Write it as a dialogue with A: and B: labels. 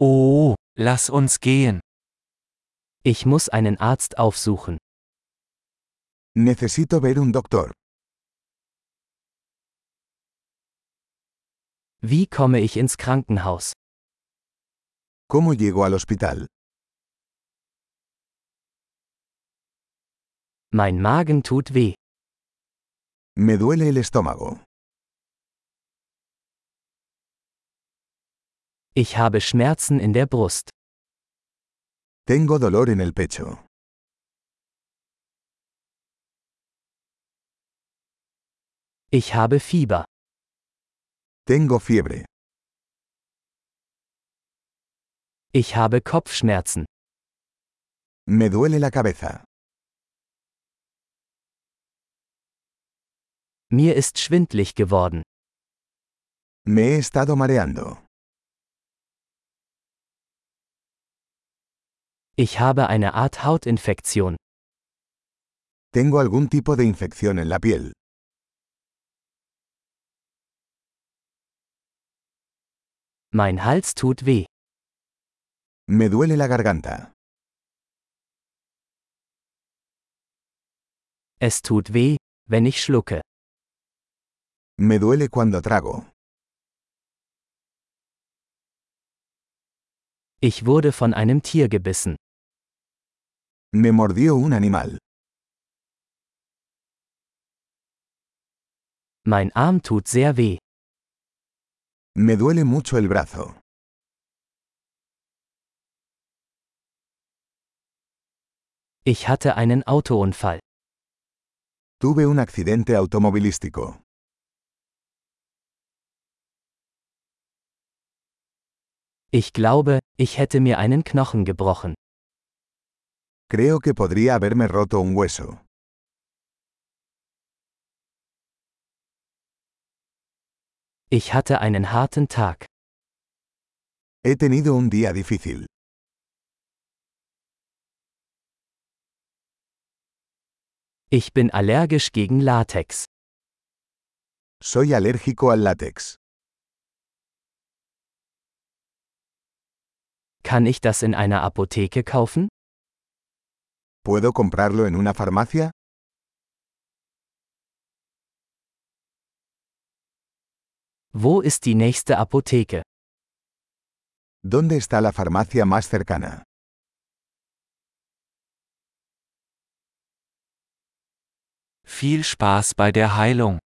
A: Oh, Lass uns gehen.
B: Ich muss einen Arzt aufsuchen.
C: Necesito ver un doctor.
B: Wie komme ich ins Krankenhaus?
C: ¿Cómo llego al hospital?
B: Mein Magen tut weh.
C: Me duele el estómago.
B: Ich habe Schmerzen in der Brust.
C: Tengo dolor en el pecho.
B: Ich habe Fieber.
C: Tengo fiebre.
B: Ich habe Kopfschmerzen.
C: Me duele la cabeza.
B: Mir ist schwindlig geworden.
C: Me he estado mareando.
B: Ich habe eine Art Hautinfektion.
C: Tengo algún tipo de infección en la piel.
B: Mein Hals tut weh.
C: Me duele la garganta.
B: Es tut weh, wenn ich schlucke.
C: Me duele cuando trago.
B: Ich wurde von einem Tier gebissen.
C: Me mordió un animal.
B: Mein Arm tut sehr weh.
C: Me duele mucho el brazo.
B: Ich hatte einen Autounfall.
C: Tuve un accidente automovilístico.
B: Ich glaube, ich hätte mir einen Knochen gebrochen.
C: Creo que podría haberme roto un hueso.
B: Ich hatte einen harten Tag.
C: He tenido un día difícil.
B: Ich bin allergisch gegen Latex.
C: Soy alérgico al látex.
B: Kann ich das in einer Apotheke kaufen?
C: ¿Puedo comprarlo en una farmacia?
B: Wo ist die nächste Apotheke?
C: ¿Dónde está la farmacia más cercana?
A: Viel Spaß bei der Heilung.